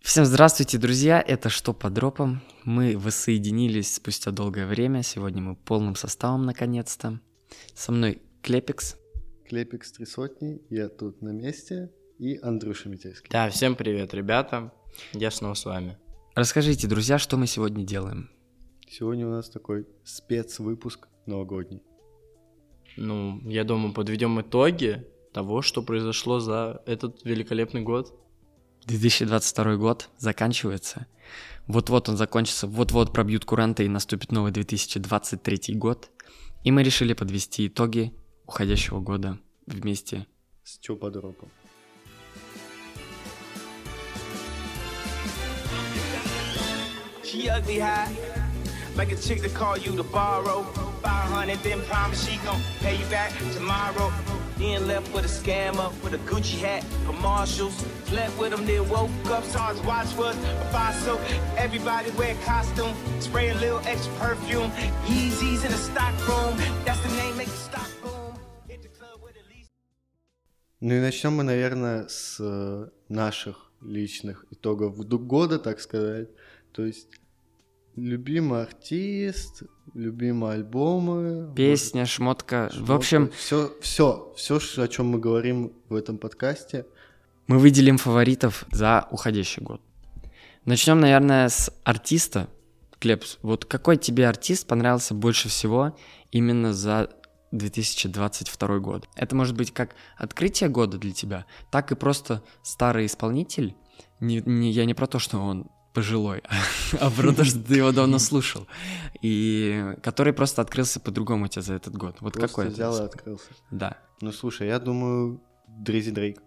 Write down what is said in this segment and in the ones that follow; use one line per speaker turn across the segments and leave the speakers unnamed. Всем здравствуйте, друзья! Это «Что по дропам?» Мы воссоединились спустя долгое время. Сегодня мы полным составом, наконец-то. Со мной Клепикс.
Клепикс три сотни, я тут на месте, и Андрюша Митяйский.
Да, всем привет, ребята. Я снова с вами.
Расскажите, друзья, что мы сегодня делаем?
Сегодня у нас такой спецвыпуск новогодний.
Ну, я думаю, подведем итоги того, что произошло за этот великолепный год.
2022 год заканчивается. Вот-вот он закончится, вот-вот пробьют куранты и наступит новый 2023 год. И мы решили подвести итоги уходящего года вместе.
С чего по дропам?
She ugly high, like a chick that call you to borrow. 500, then promise she gon' pay you back tomorrow. Then left with a scammer, with a Gucci hat, for Marshalls. Slept with him, then woke up, saw his watch was a fossil. Everybody wear costume, spray a little extra perfume. Yeezys in the stock room, that's the name, make the stock boom. Hit the club with at least.
Ну и начнем мы, наверное, с э, наших личных итогов ду- года, так сказать. То есть любимый артист, любимые альбомы.
Песня, шмотка. В общем,
все, все, все, о чем мы говорим в этом подкасте.
мы выделим фаворитов за уходящий год. Начнем, наверное, с артиста. Клепс, вот какой тебе артист понравился больше всего именно за 2022 год? Это может быть как открытие года для тебя, так и просто старый исполнитель. Не, не- я не про то, что он пожилой, а про то, что ты его давно слушал. И который просто открылся по-другому тебе за этот год. Вот
Просто
какой это?
взял и открылся.
Да.
Ну слушай, я думаю, Дризи Дрейк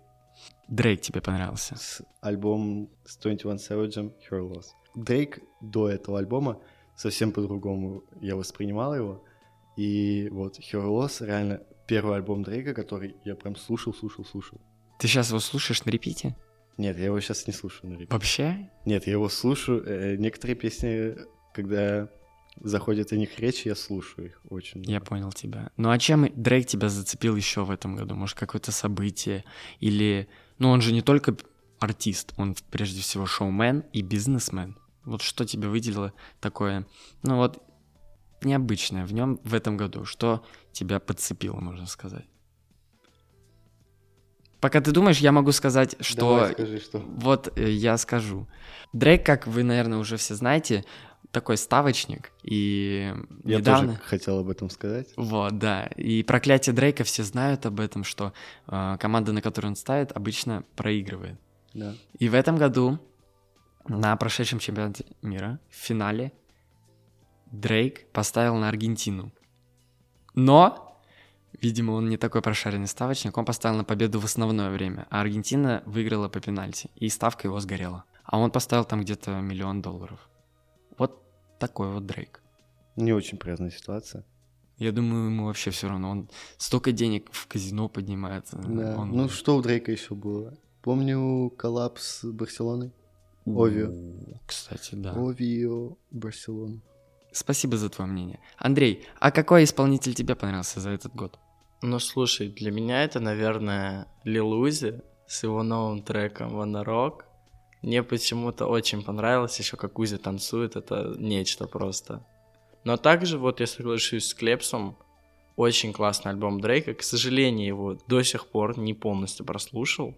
Дрейк тебе понравился.
с альбомом с 21 Savage Her Loss. Дрейк до этого альбома совсем по-другому я воспринимал его. И вот Her Loss реально первый альбом Дрейка, который я прям слушал, слушал, слушал.
Ты сейчас его слушаешь на репите?
Нет, я его сейчас не слушаю на репите.
Вообще?
Нет, я его слушаю. э, Некоторые песни, когда заходит о них речь, я слушаю их очень.
Я понял тебя. Ну а чем Дрейк тебя зацепил еще в этом году? Может, какое-то событие? Или... Ну, он же не только артист, он прежде всего шоумен и бизнесмен. Вот что тебе выделило такое, ну вот, необычное в нем в этом году? Что тебя подцепило, можно сказать? Пока ты думаешь, я могу сказать, что
Давай, скажи, что.
Вот э, я скажу. Дрейк, как вы, наверное, уже все знаете, такой ставочник. И
Я
недавно...
тоже хотел об этом сказать.
Вот, да. И проклятие Дрейка все знают об этом, что э, команда, на которую он ставит, обычно проигрывает.
Да.
И в этом году на прошедшем чемпионате мира в финале Дрейк поставил на Аргентину. Но, видимо, он не такой прошаренный ставочник, он поставил на победу в основное время, а Аргентина выиграла по пенальти, и ставка его сгорела. А он поставил там где-то миллион долларов. Вот такой вот Дрейк.
Не очень приятная ситуация.
Я думаю, ему вообще все равно. Он столько денег в казино поднимает. э,
Да.
Он-
Ну что у Дрейка еще было? Помню коллапс Барселоны. Овио.
Кстати, да.
Овио Барселона.
Спасибо за твое мнение. Андрей, а какой исполнитель тебе понравился за этот год?
Ну, слушай, для меня это, наверное, Лилузи с его новым треком Ванарок. Мне почему-то очень понравилось еще, как Узи танцует, это нечто просто. Но также, вот я соглашусь с Клепсом, очень классный альбом Дрейка. К сожалению, его до сих пор не полностью прослушал,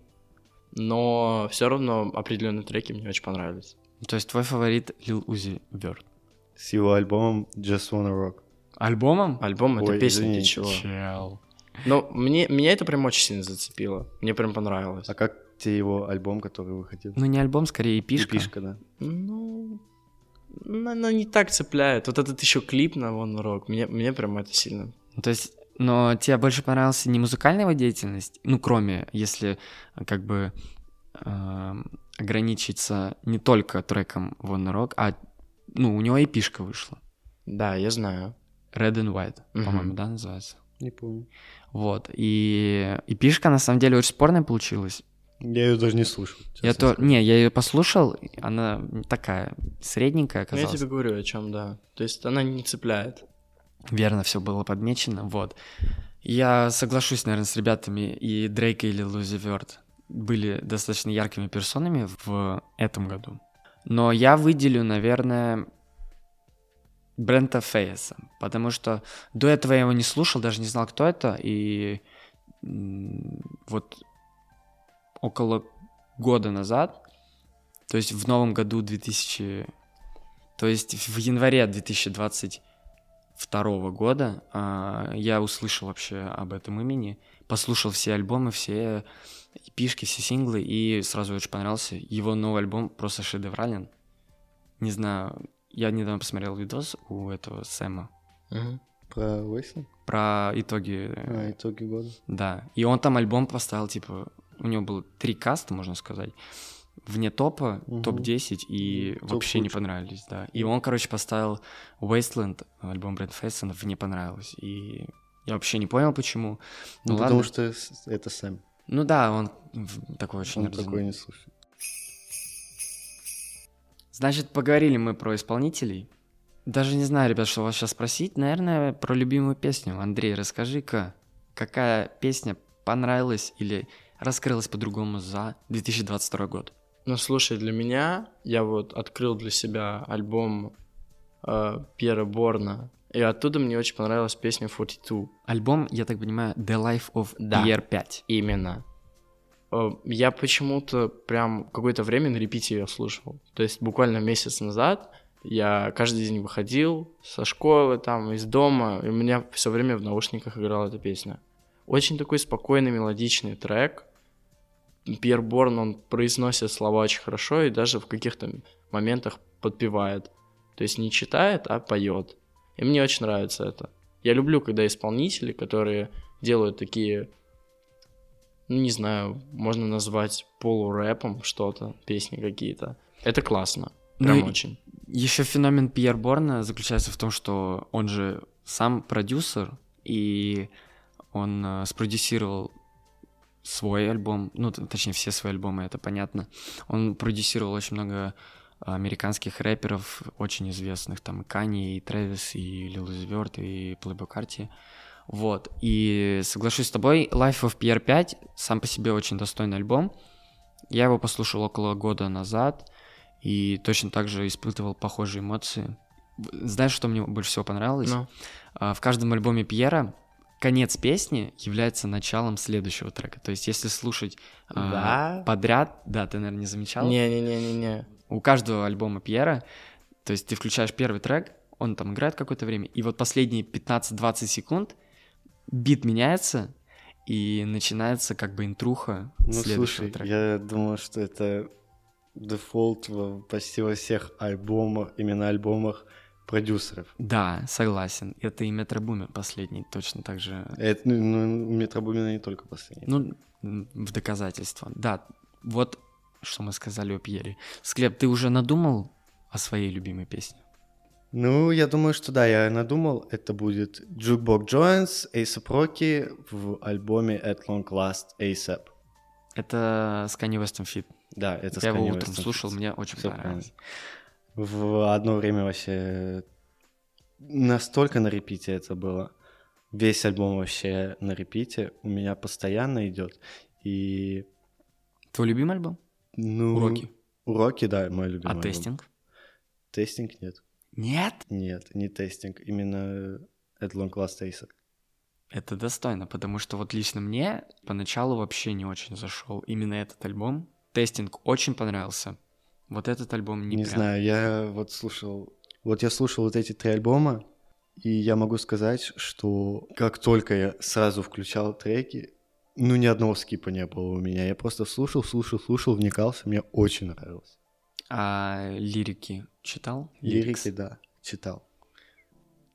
но все равно определенные треки мне очень понравились.
То есть твой фаворит Лил Узи Верт.
С его альбомом Just Wanna Rock. А
Альбомом?
Альбом это
Ой,
песня
извини,
для чего.
Чел.
Но мне, меня это прям очень сильно зацепило. Мне прям понравилось.
А как тебе его альбом, который выходил?
Ну не альбом, скорее пишка.
Пишка, да.
Ну, ну, она не так цепляет. Вот этот еще клип на Вон Рок, мне, мне прям это сильно.
Ну, То есть, но тебе больше понравилась не музыкальная его деятельность, ну кроме, если э, как бы эм, ограничиться не только треком One Rock, а ну у него и пишка вышла.
Да, я знаю.
Red and White,
Мгм.
по-моему, да, называется.
Не помню.
Вот. И, и пишка на самом деле очень спорная получилась.
Я ее даже не слушал.
Я
честно
то... Не, я ее послушал, и она такая средненькая
Ну, я
оказалась.
тебе говорю о чем, да. То есть она не цепляет.
Верно, все было подмечено, вот. Я соглашусь, наверное, с ребятами и Дрейка или Лузи Верт. были достаточно яркими персонами в этом году. Но я выделю, наверное, Брента Фейса, потому что до этого я его не слушал, даже не знал, кто это, и м, вот около года назад, то есть в новом году 2000, то есть в январе 2022 года а, я услышал вообще об этом имени, послушал все альбомы, все пишки, все синглы, и сразу очень понравился. Его новый альбом просто шедеврален. Не знаю, я недавно посмотрел видос у этого Сэма
Мгм.
Про Уэйсон?
про итоги. э,
А, итоги года.
Да. И он там альбом поставил, типа, у него было три каста, можно сказать, вне топа,
Мгм.
топ-10, и
Топ
вообще не
лучших.
понравились, да. И он, короче, поставил Wasteland, альбом Брэд Фейсона, вне понравилось. И я вообще не понял, почему. Ну,
Ну,
ладно.
потому что с- это Сэм.
Ну да, он в- такой очень...
Он
разумный.
такое не слушает.
Значит, поговорили мы про исполнителей. Даже не знаю, ребят, что вас сейчас спросить. Наверное, про любимую песню. Андрей, расскажи-ка, какая песня понравилась или раскрылась по-другому за 2022 год?
Ну, слушай, для меня, я вот открыл для себя альбом э, Пьера Борна, и оттуда мне очень понравилась песня 42.
Альбом, я так понимаю, The Life of
Да.
Pierre 5.
Именно. Э, Я почему-то прям какое-то время на репите ее слушал. То есть буквально месяц назад я каждый день выходил со школы, там, из дома, и у меня все время в наушниках играла эта песня. Очень такой спокойный, мелодичный трек. Пьер Борн, он произносит слова очень хорошо и даже в каких-то моментах подпевает. То есть не читает, а поет. И мне очень нравится это. Я люблю, когда исполнители, которые делают такие ну, не знаю, можно назвать полурэпом что-то, песни какие-то. Это классно, прям
Ну и-
очень.
Еще феномен Пьер Борна заключается в том, что он же сам продюсер, и он э, спродюсировал свой альбом, ну, т- точнее, все свои альбомы, это понятно. Он продюсировал очень много американских рэперов, очень известных, там, и Кани, и Трэвис, и Лил Зверт, и Плейбой Карти. Вот, и соглашусь с тобой, Life of Pierre 5 сам по себе очень достойный альбом. Я его послушал около года назад, и точно так же испытывал похожие эмоции. В- Знаешь, что мне больше всего понравилось?
Ну,
А, В каждом альбоме Пьера конец песни является началом следующего трека. То есть, если слушать а,
Да?
подряд, да, ты, наверное, не замечал.
не-не-не-не-не.
У каждого альбома Пьера, то есть ты включаешь первый трек, он там играет какое-то время, и вот последние 15-20 секунд бит меняется, и начинается как бы интруха
Ну,
следующего
слушай,
трека.
я думаю, что это дефолт во- почти во всех альбомах, именно альбомах продюсеров.
Да, согласен. Это и Метро Бумер последний точно так же
Это, ну, ну, у Метробумина не только последний.
Ну, м, в доказательство. Да, вот что мы сказали о Пьере. Склеп, ты уже надумал о своей любимой песне?
Ну, я думаю, что да, я надумал, это будет Jukebox Joints, A$AP Rocky в альбоме At Long Last A$AP.
Это с Kanye West'ом фит.
Да, это с
Я его
Kanye
утром
West'ом
слушал,
фит.
мне очень
Всё
понравилось.
В одно время вообще настолько на репите это было. Весь альбом вообще на репите у меня постоянно идет. И
Твой любимый альбом?
ну,
Уроки.
Уроки, да, мой любимый.
А
альбом.
тестинг?
Тестинг нет.
Нет?
Нет, не тестинг. Именно At Long Last A$AP.
Это достойно, потому что вот лично мне поначалу вообще не очень зашел именно этот альбом. Тестинг очень понравился. Вот этот альбом не,
Не
прям.
знаю, я вот слушал... Вот я слушал вот эти три альбома, и я могу сказать, что как только я сразу включал треки, ну, ни одного скипа не было у меня. Я просто слушал, слушал, слушал, вникался, мне очень нравилось.
А лирики читал? Лирикс?
Лирики, да, читал.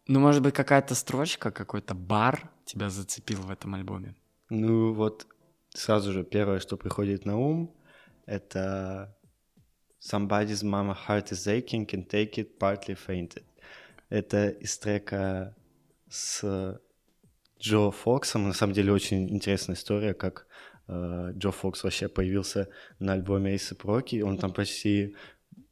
Ну, может быть, какая-то строчка, какой-то бар тебя зацепил в этом альбоме?
Ну, вот сразу же первое, что приходит на ум, это Somebody's mama heart is aching, can take it, partly fainted. Это из трека с Джо Фоксом. На самом деле очень интересная история, как э, Джо Фокс вообще появился на альбоме Ace Rocky. Он там почти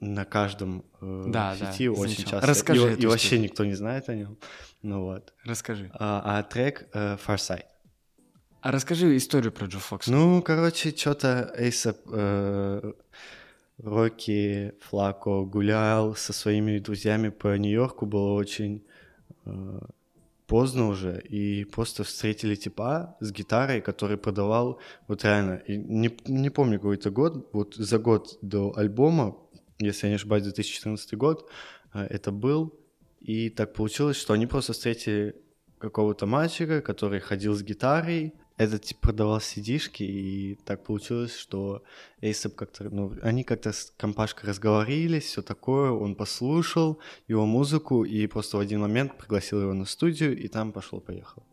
на каждом э,
Да, да,
фите очень
замечал.
часто. И-
Расскажи
и,
эту историю.
вообще никто не знает о нем. Ну вот.
Расскажи.
А, а трек э, Farsight.
А расскажи историю про Джо Фокса.
Ну, короче, что-то Эйса Рокки Флако гулял со своими друзьями по Нью-Йорку, было очень э, поздно уже, и просто встретили типа с гитарой, который продавал, вот реально, и не, не помню какой это год, вот за год до альбома, если я не ошибаюсь, 2014 год, э, это был, и так получилось, что они просто встретили какого-то мальчика, который ходил с гитарой, этот тип продавал сидишки, и так получилось, что Эйсап как-то, ну, они как-то с компашкой разговорились, все такое, он послушал его музыку и просто в один момент пригласил его на студию, и там пошло-поехало.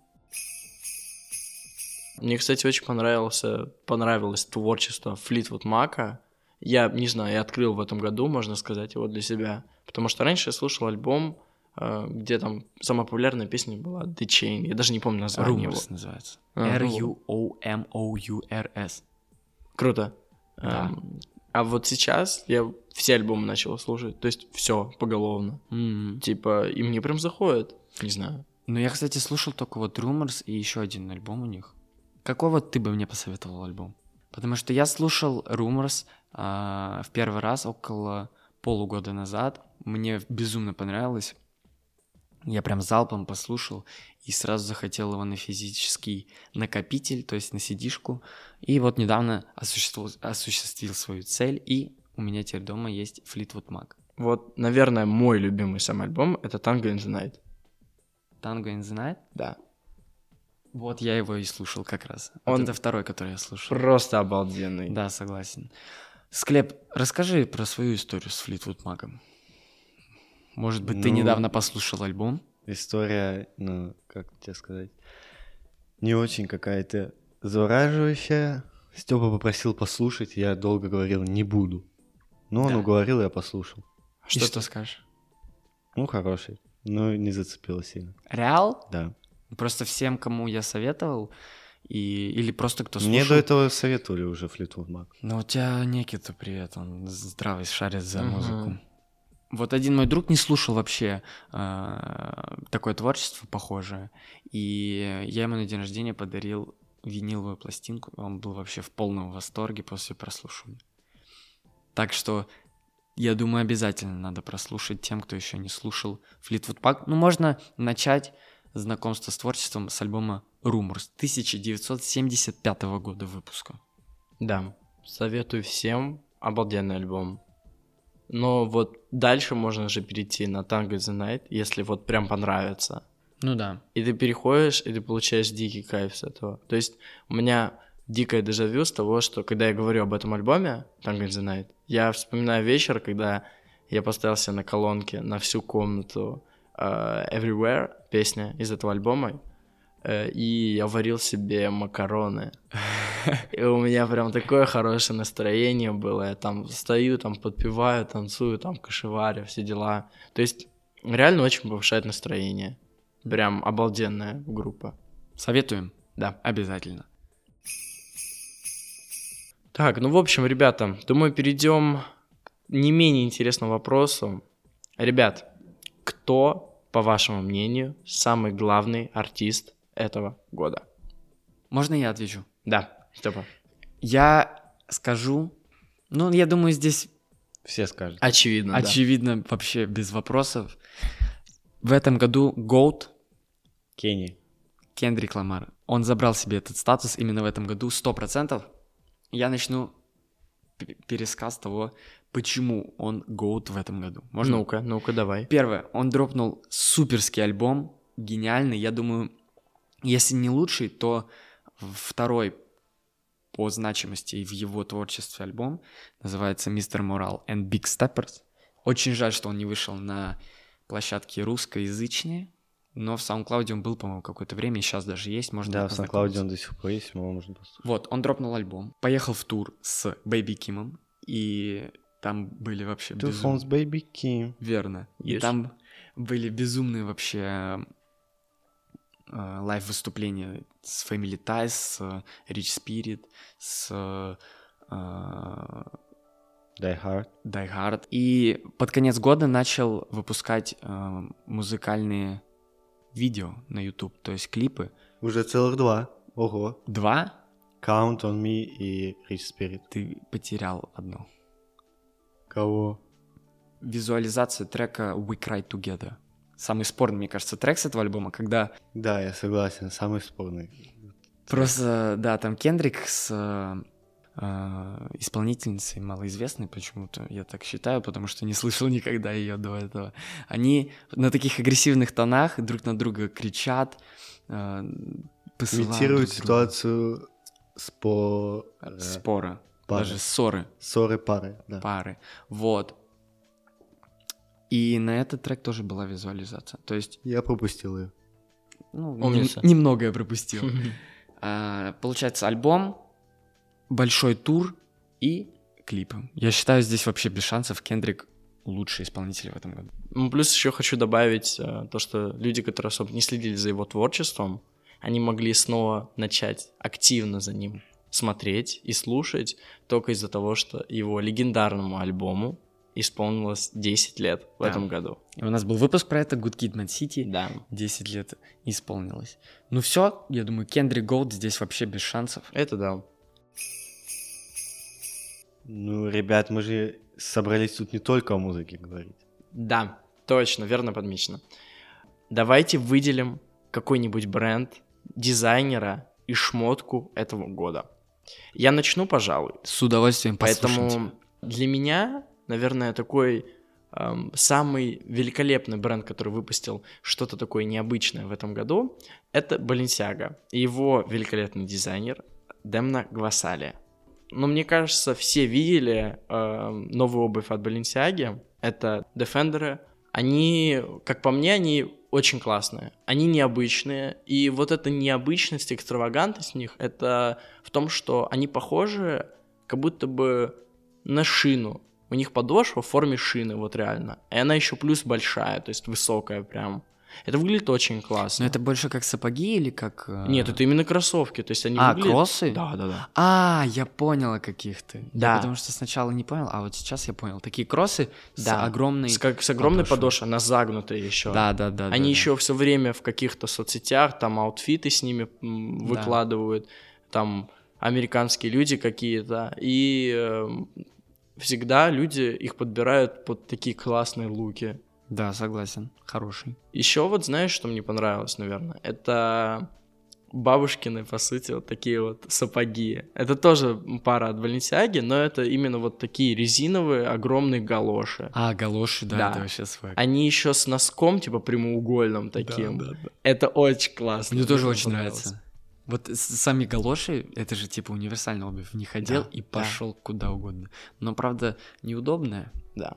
Мне, кстати, очень понравился, понравилось творчество Флитвуд Мака. Я, не знаю, я открыл в этом году, можно сказать, его для себя. Потому что раньше я слушал альбом, э, где там самая популярная песня была The Chain. Я даже не помню название его.
Rumors называется.
А,
R-U-O-M-O-U-R-S.
Круто.
Да.
Эм, а вот сейчас я все альбомы начал слушать, то есть все поголовно.
М.
Типа, и мне прям заходит. Не знаю.
Ну, я, кстати, слушал только вот Rumors и еще один альбом у них. Какого ты бы мне посоветовал альбом? Потому что я слушал Rumors а, в первый раз около полугода назад. Мне безумно понравилось. Я прям залпом послушал и сразу захотел его на физический накопитель, то есть на сидишку. И вот недавно осуществил, осуществил свою цель, и у меня теперь дома есть Fleetwood Mac.
Вот, наверное, мой любимый сам альбом — это Tango in the Night.
Tango in the Night.
Да.
Вот я его и слушал как раз.
Он-
Вот это второй, который я слушал.
Просто обалденный.
Да, согласен. Склеп, расскажи про свою историю с Флитвуд Магом. Может быть, ты
Ну-
недавно послушал альбом?
История, ну, как тебе сказать, не очень какая-то завораживающая. Степа попросил послушать, я долго говорил, не буду. Но он
Да.
уговорил, я послушал.
Что,
И
ты скажешь?
Ну, хороший, но не зацепило сильно.
Реал?
Да.
Просто всем, кому я советовал, и... или просто кто слушал.
Мне до этого советовали уже Флитвуд Мак.
Но у тебя Никита, привет, он здравый шарит за
Мгм.
музыку. Вот один мой друг не слушал вообще э, такое творчество похожее, и я ему на день рождения подарил виниловую пластинку, он был вообще в полном восторге после прослушивания. Так что я думаю, обязательно надо прослушать тем, кто еще не слушал Fleetwood Pack. Ну, можно начать знакомство с творчеством с альбома Rumors 1975 года выпуска.
Да. Советую всем. Обалденный альбом. Но вот дальше можно же перейти на Tango in the Night, если вот прям понравится.
Ну да.
И ты переходишь, и ты получаешь дикий кайф с этого. То есть у меня дикое дежавю с того, что когда я говорю об этом альбоме, Tango in the Night, я вспоминаю вечер, когда я поставил себе на колонке на всю комнату э, Everywhere, песня из этого альбома, э, и я варил себе макароны. И у меня прям такое хорошее настроение было. Я там стою, там подпеваю, танцую, там кашеварю, все дела. То есть реально очень повышает настроение. Прям обалденная группа.
Советуем.
Да.
Обязательно.
Так, ну в общем, ребята, думаю, перейдем к не менее интересному вопросу. Ребят, кто, по вашему мнению, самый главный артист этого года?
Можно я отвечу?
Да, Степа.
Я скажу, ну, я думаю, здесь
Все скажут.
Очевидно, Ну да.
очевидно вообще без вопросов. В этом году Goat
Кенни.
Кендрик Ламар. Он забрал себе этот статус именно в этом году 100%. Я начну п- пересказ того, почему он Goat в этом году. Можно?
Ну-ка, ну-ка, давай.
Первое, он дропнул суперский альбом, гениальный, я думаю, если не лучший, то второй по значимости в его творчестве альбом называется «Мистер Мурал and Big Steppers». Очень жаль, что он не вышел на площадке русскоязычные, но в SoundCloud он был, по-моему, какое-то время, и сейчас даже есть, можно
Да, в
познакомиться.
Сан-Клауде он до сих пор есть, его можно послушать.
Вот, он дропнул альбом, поехал в тур с Бэйби Кимом, и там были вообще
Two
безумные-
Phones Baby Kim.
Верно. И
Есть.
там были безумные вообще э, лайв-выступления с Family Ties, с э, Rich Spirit, с э, э,
Die Hard.
Die Hard. И под конец года начал выпускать э, музыкальные видео на YouTube, то есть клипы.
Уже целых два. Ого.
Два
Count on me и Rich Spirit.
ты потерял одно.
Кого?
Визуализация трека We Cry Together. Самый спорный, мне кажется, трек с этого альбома, когда
Да, я согласен, самый спорный.
просто, да, там Кендрик с э, э, исполнительницей малоизвестной почему-то, я так считаю, потому что не слышал никогда ее до этого. Они на таких агрессивных тонах друг на друга кричат, э, посылают
Имитирует
друг друга.
ситуацию спо... э,
спора,
пары.
даже ссоры.
ссоры пары. Да.
пары. Вот. И на этот трек тоже была визуализация. То есть,
Я пропустил ее.
ну, нем-
Умница.
немного я пропустил. А, получается, альбом, большой тур и клипы. Я считаю, здесь вообще без шансов Кендрик лучший исполнитель в этом году.
Ну, плюс еще хочу добавить э, то, что люди, которые особо не следили за его творчеством, они могли снова начать активно за ним смотреть и слушать только из-за того, что его легендарному альбому исполнилось 10 лет в
Да.
этом году.
И у нас был выпуск про это, Good Kid, Mad City.
Да.
10 лет исполнилось. Ну все, я думаю, Кендрик Голд здесь вообще без шансов.
Это да.
Ну, ребят, мы же собрались тут не только о музыке говорить.
Да, точно, верно подмечено. Давайте выделим какой-нибудь бренд, дизайнера и шмотку этого года. Я начну, пожалуй.
С удовольствием послушайте.
Поэтому для меня, наверное, такой эм, самый великолепный бренд, который выпустил что-то такое необычное в этом году, это Balenciaga. И его великолепный дизайнер Демна Гвасали. Но мне кажется, все видели эм, новую обувь от Balenciaga. Это Defender. Они, как по мне, они очень классные. Они необычные. И вот эта необычность, экстравагантность в них, это в том, что они похожи как будто бы на шину. У них подошва в форме шины, вот реально. И она еще плюс большая, то есть высокая прям. Это выглядит очень классно.
Но это больше как сапоги или как... э,
Нет, это именно кроссовки, то есть они
А,
выглядят-
кроссы?
Да, да, да.
А, я понял, о каких ты.
Да.
Я потому что сначала не понял, а вот сейчас я понял. Такие кроссы
Да.
с огромной...
С, как, с огромной
подошвой.
подошвой, она загнутая еще.
Да, да, да.
Они еще все время в каких-то соцсетях, там аутфиты с ними м,
Да.
выкладывают, там американские люди какие-то, и эм, всегда люди их подбирают под такие классные луки.
Да, согласен. Хороший.
Еще вот знаешь, что мне понравилось, наверное? Это бабушкины, по сути, вот такие вот сапоги. Это тоже пара от Balenciaga, но это именно вот такие резиновые огромные галоши.
А, галоши, да, А
Да.
это вообще свой.
Они еще с носком, типа прямоугольным таким. Это очень классно.
Мне тоже очень
понравилось.
нравится. Вот с- сами галоши, это же типа универсальная обувь. В них одел
Да,
и
да.
пошел куда угодно. Но правда неудобная.
Да,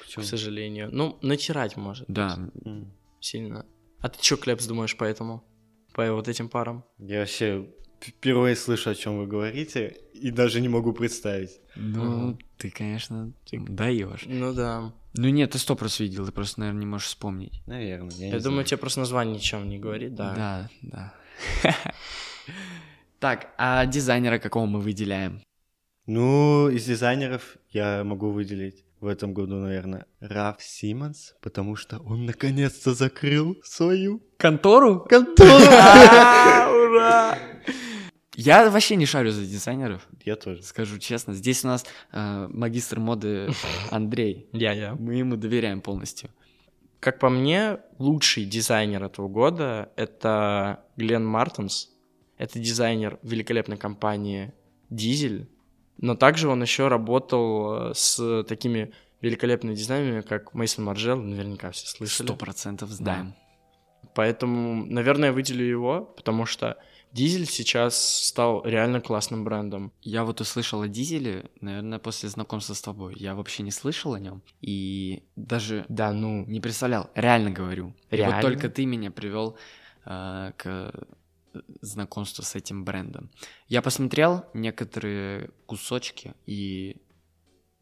к
Почему?
сожалению. Ну, натирать может
Да.
М.
сильно. А ты что, Клепс, думаешь по этому? По вот этим парам?
Я вообще впервые слышу, о чем вы говорите, и даже не могу представить.
Ну,
Мгм.
ты, конечно, даешь.
Ну да.
Ну нет, ты сто раз видел, ты просто, наверное, не можешь вспомнить.
Наверное, я,
Я,
не
думаю,
знаю.
тебе просто название ничем не говорит, да.
Да, да. Так, а дизайнера какого мы выделяем?
Ну, из дизайнеров я могу выделить в этом году, наверное, Раф Симмонс, потому что он наконец-то закрыл свою
Контору?
контору.
Ура!
Я вообще не шарю за дизайнеров,
Я тоже.
скажу честно. Здесь у нас э, магистр моды Андрей.
Я, я.
Мы ему доверяем полностью.
Как по мне, лучший дизайнер этого года — это Глен Мартенс. Это дизайнер великолепной компании «Дизель». Но также он еще работал э, с такими великолепными дизайнерами, как Мейсон Марджел, наверняка все слышали.
Сто процентов знаем.
Поэтому, наверное, я выделю его, потому что «Дизель» сейчас стал реально классным брендом.
Я вот услышал о Дизеле, наверное, после знакомства с тобой. Я вообще не слышал о нем и даже
Да ну,
не представлял. Реально говорю. И
Реально?
вот только ты меня привел э, к знакомству с этим брендом. Я посмотрел некоторые кусочки и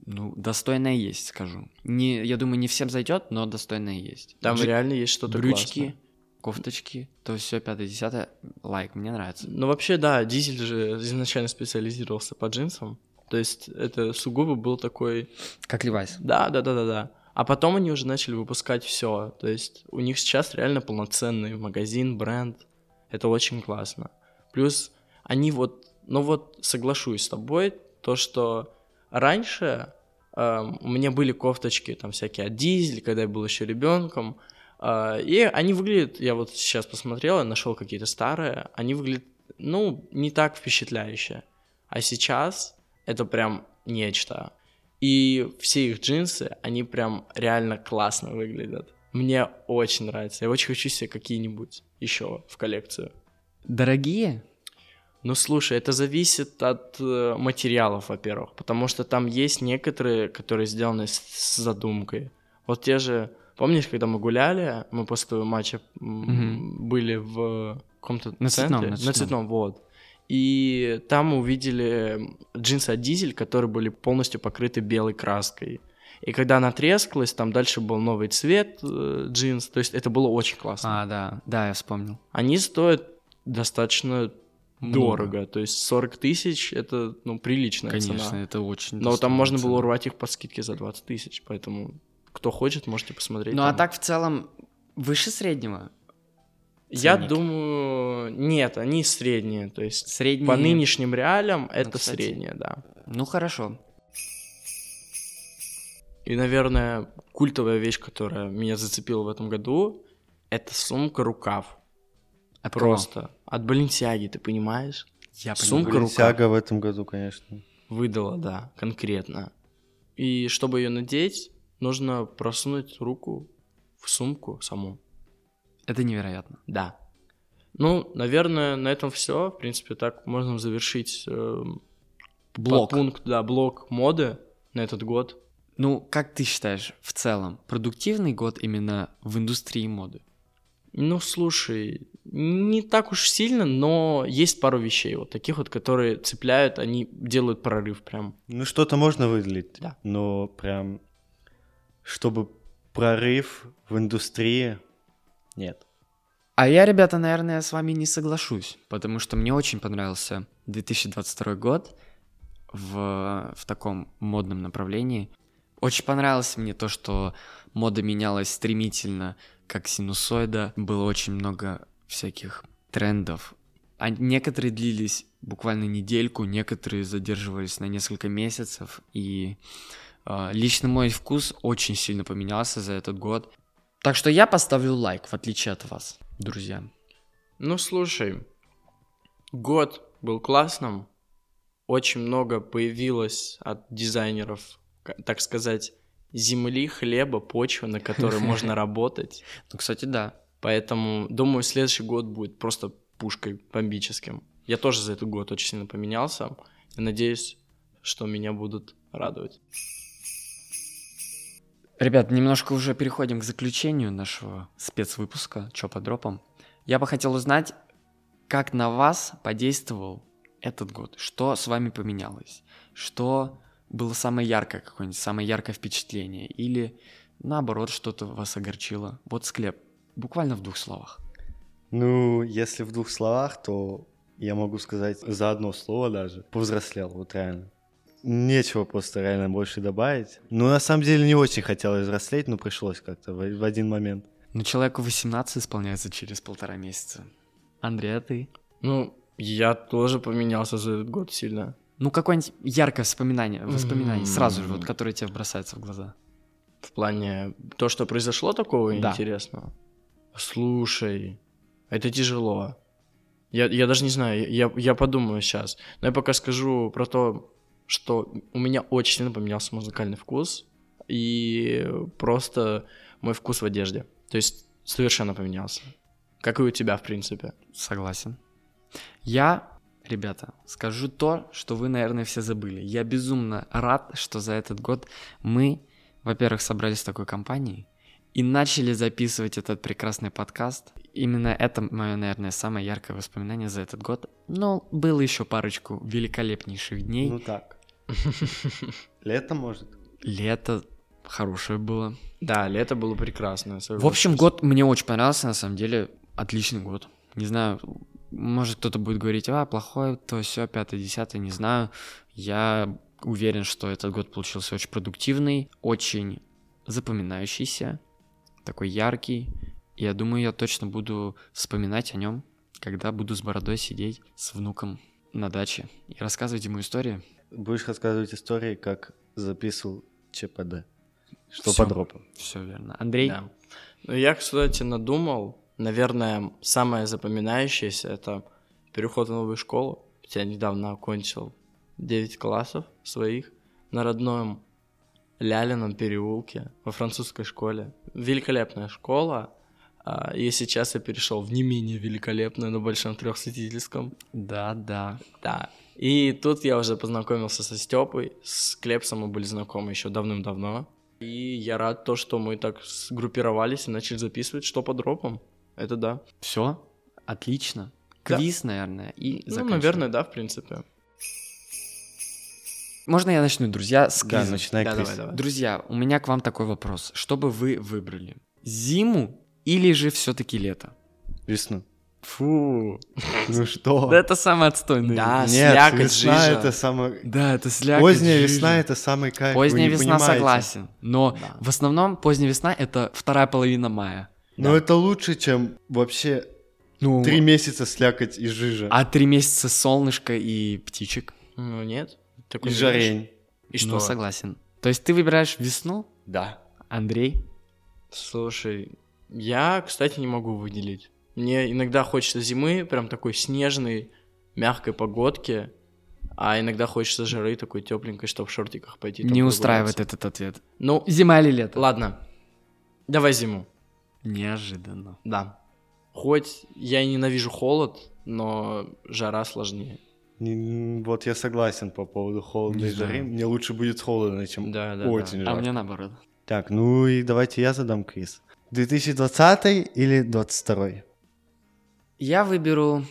ну, достойное есть, скажу. Не, я думаю, не всем зайдет, но достойное есть.
там
Джи-
реально есть что-то классное.
брючки, кофточки, то все пятое, десятое. Лайк, мне нравится.
Ну, вообще, да, Дизель же изначально специализировался по джинсам. То есть это сугубо был такой...
Как Левайс.
Да, да, да, да, да. А потом они уже начали выпускать все. То есть у них сейчас реально полноценный магазин, бренд. Это очень классно. Плюс они вот, ну вот соглашусь с тобой, то, что раньше эм, у меня были кофточки там всякие от Дизель, когда я был еще ребенком, а, и они выглядят, я вот сейчас посмотрел, я нашел какие-то старые, они выглядят, ну, не так впечатляюще. А сейчас это прям нечто. И все их джинсы, они прям реально классно выглядят. Мне очень нравится. Я очень хочу себе какие-нибудь еще в коллекцию.
Дорогие?
Ну слушай, это зависит от э, материалов, во-первых, потому что там есть некоторые, которые сделаны с, с задумкой. Вот те же, помнишь, когда мы гуляли, мы после твоего матча м, были в каком-то
На
центре?
Цветном, на Цветном.
вот. И там увидели джинсы от дизель, которые были полностью покрыты белой краской. И когда она трескалась, там дальше был новый цвет э, джинс. То есть это было очень классно.
А, да, да, я вспомнил.
Они стоят достаточно
Много.
дорого. То есть 40 тысяч это ну, приличная
Конечно,
цена.
это очень.
Но там
достойная
можно
цена.
было урвать их по скидке за 20 тысяч. Поэтому кто хочет, можете посмотреть.
Ну а
там.
так в целом выше среднего.
Я
ценники?
думаю, нет, они средние. То есть
Средний.
по нынешним реалиям это
кстати.
среднее, да.
Ну хорошо.
И, наверное, культовая вещь, которая меня зацепила в этом году, это сумка-рукав.
От кого?
Просто. От Баленсиаги, ты понимаешь?
А Я
Сумка,
понимаю.
Balenciaga в этом году, конечно.
Выдала, да, конкретно. И чтобы ее надеть, нужно просунуть руку в сумку саму.
Это невероятно.
Да. Ну, наверное, на этом все. В принципе, так можно завершить э,
Блок.
пункт, да, блок моды на этот год.
Ну, как ты считаешь, в целом, продуктивный год именно в индустрии моды?
Ну, слушай, не так уж сильно, но есть пару вещей вот таких вот, которые цепляют, они делают прорыв прям.
Ну, что-то можно выделить,
Да.
но прям, чтобы прорыв в индустрии, нет.
А я, ребята, наверное, с вами не соглашусь, потому что мне очень понравился 2022 год в, в таком модном направлении. Очень понравилось мне то, что мода менялась стремительно, как синусоида. Было очень много всяких трендов. А некоторые длились буквально недельку, некоторые задерживались на несколько месяцев. И э, лично мой вкус очень сильно поменялся за этот год. Так что я поставлю лайк, в отличие от вас, друзья.
Ну, слушай, год был классным, очень много появилось от дизайнеров, к- так сказать, земли, хлеба, почвы, на которой можно работать.
Ну, кстати, да.
Поэтому, думаю, следующий год будет просто пушкой бомбическим. Я тоже за этот год очень сильно поменялся. И надеюсь, что меня будут радовать.
Ребят, немножко уже переходим к заключению нашего спецвыпуска «Чё по дропам?». Я бы хотел узнать, как на вас подействовал этот год? Что с вами поменялось? Что было самое яркое какое-нибудь, самое яркое впечатление? Или, наоборот, что-то вас огорчило? Вот склеп, буквально в двух словах.
Ну, если в двух словах, то я могу сказать за одно слово даже. Повзрослел, вот реально. Нечего просто реально больше добавить. Ну, на самом деле, не очень хотелось взрослеть, но пришлось как-то в, в один момент.
Но Ну, человеку 18 исполняется через полтора месяца. Андрей, а ты?
Ну, я тоже поменялся за этот год сильно.
Ну, какое-нибудь яркое вспоминание, воспоминание сразу же, вот,
М.
которое тебе бросается в глаза.
В плане то, что произошло такого
Да.
интересного. Слушай, это тяжело. Я, я даже не знаю, я, я подумаю сейчас. Но я пока скажу про то, что у меня очень сильно поменялся музыкальный вкус. И просто мой вкус в одежде. То есть совершенно поменялся. Как и у тебя, в принципе.
Согласен. Я, ребята, скажу то, что вы, наверное, все забыли. Я безумно рад, что за этот год мы, во-первых, собрались в такой компании и начали записывать этот прекрасный подкаст. Именно это мое, наверное, самое яркое воспоминание за этот год. Но было еще парочку великолепнейших дней.
Ну так. Лето, может?
Лето хорошее было.
Да, лето было прекрасно. я
В общем,
соглашусь.
год мне очень понравился, на самом деле, отличный год. Не знаю, может кто-то будет говорить, а, плохой, то все, пятое, десятое, не знаю. Я уверен, что этот год получился очень продуктивный, очень запоминающийся, такой яркий. И Я думаю, я точно буду вспоминать о нем когда буду с бородой сидеть с внуком на даче и рассказывать ему истории.
Будешь рассказывать истории, как записывал ЧПД. Что
Всё.
по дропам.
Все верно. Андрей,
Да. Ну, я, кстати, надумал, наверное, самое запоминающееся — это переход в новую школу. Ведь Я недавно окончил 9 классов своих на родном Лялином переулке во французской школе. Великолепная школа. А, И сейчас я перешел в не менее великолепную на Большом Трехсветительском.
да, да.
Да. И тут я уже познакомился со Степой, с Клепсом мы были знакомы еще давным-давно. И я рад то, что мы так сгруппировались и начали записывать, что по дропам. Это да.
Все, отлично.
Да.
Квиз, наверное, и
Ну,
заканчиваем.
наверное, да, в принципе.
Можно я начну, друзья, с
Да,
квиза?
начинай
да,
квиз.
давай, давай.
Друзья, у меня к вам такой вопрос. Что бы вы выбрали? Зиму или же все-таки лето?
Весну.
Фу.
Ну что?
Да это самое отстойное.
Да. А,
Нет,
слякоть,
весна
жижа.
это самое...
Да, это слякоть.
Поздняя
жижа.
весна это самый кайф. вы
Поздняя
не
весна,
понимаете.
согласен. Но
Да.
в основном поздняя весна это вторая половина мая.
Но
Да.
это лучше, чем вообще
Ну,
три месяца слякоть и жижа.
а три месяца солнышко и птичек.
Ну, нет. Такой
И
не видишь.
жарень.
И что?
Ну, согласен. То есть ты выбираешь весну,
Да.
Андрей?
Слушай, я, кстати, не могу выделить. Мне иногда хочется зимы, прям такой снежной, мягкой погодки, а иногда хочется жары такой тепленькой, чтобы в шортиках
Типа
пойти. там
не устраивает
прогуляться.
этот ответ.
Ну,
Зима или лето?
Ладно. Давай зиму.
Неожиданно.
Да. Хоть я и ненавижу холод, но жара сложнее.
Н- Вот я согласен по поводу холода
Не
и жары.
знаю.
Мне лучше будет холодно, чем
Да, да, да.
очень
А
жарко.
мне наоборот.
Так, ну и давайте я задам квиз. 2020 или 22
Я выберу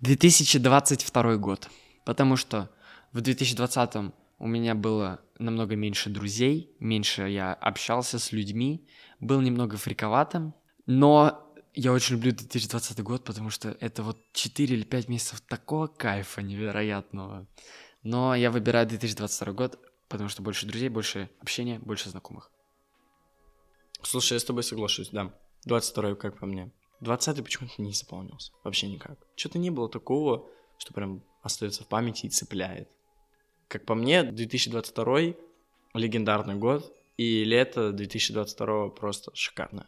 2022 год, потому что в 2020 у меня было намного меньше друзей, меньше я общался с людьми, был немного фриковатым, но я очень люблю 2020 год, потому что это вот 4 или 5 месяцев такого кайфа невероятного. Но я выбираю 2022 год, потому что больше друзей, больше общения, больше знакомых.
Слушай, я с тобой соглашусь, да. 22 как по мне. 20 почему-то не заполнился. Вообще никак. Что-то не было такого, что прям остается в памяти и цепляет. Как по мне, 2022 легендарный год, и лето 2022 просто шикарное.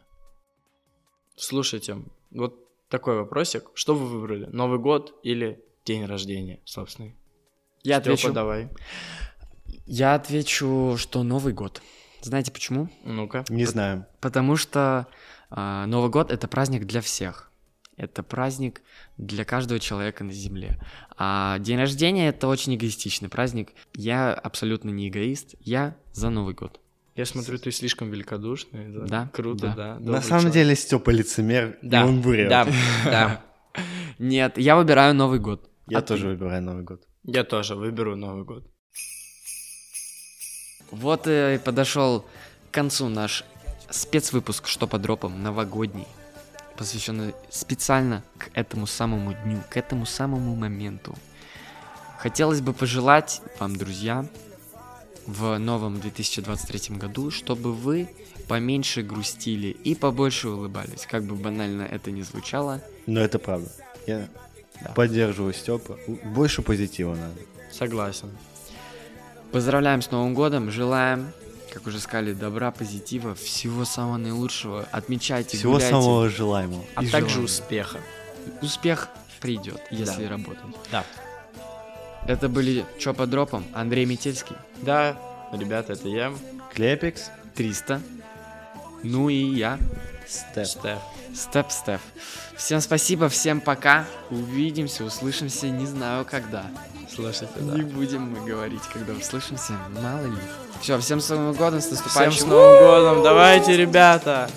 Слушайте, вот такой вопросик. Что вы выбрали? Новый год или день рождения, собственный?
Я
Стёпа,
отвечу,
давай.
я отвечу, что Новый год. Знаете почему?
Ну-ка.
Не знаю.
Потому что а, Новый год это праздник для всех. Это праздник для каждого человека на Земле. А день рождения это очень эгоистичный праздник. Я абсолютно не эгоист. Я за Новый год.
Я смотрю, ты слишком великодушный. Да.
Да,
Круто,
да.
да.
На
добрый
самом
человек.
деле Степа лицемер,
Да,
и он врет.
Да, да.
Нет, я выбираю Новый год.
Я
А ты?
тоже выбираю Новый год.
Я тоже выберу Новый год.
Вот и подошел к концу наш спецвыпуск «Что по дропам?» новогодний, посвященный специально к этому самому дню, к этому самому моменту. Хотелось бы пожелать вам, друзья, в новом 2023 году, чтобы вы поменьше грустили и побольше улыбались, как бы банально это ни звучало.
Но это правда. Я
Да.
поддерживаю Степа. Больше позитива надо.
Согласен.
Поздравляем с Новым годом, желаем, как уже сказали, добра, позитива, всего самого наилучшего. Отмечайте,
Всего
гуляйте.
самого желаемого.
А
И
также
желание.
успеха.
успех придет, если работать.
Да.
Это были Чё по дропам, Андрей Метельский,
Да, ребята, это я.
Клепикс,
300, ну и я,
Степ.
Стеф.
Степ Стеф. Всем спасибо, всем пока, увидимся, услышимся, не знаю когда.
Слышите,
Не
да.
будем мы говорить, когда услышимся, мало ли. Все, всем с Новым годом, с
Всем
наступающим.
с Новым годом. Давайте, ребята.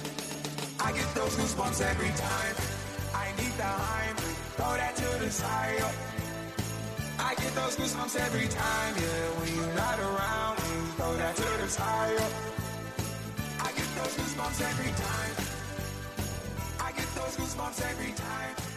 I get those goosebumps every time. I need the high, throw that to the side. I get those goosebumps every time, yeah. When you're not around, throw that to the side. I get those goosebumps every time. I get those goosebumps every time.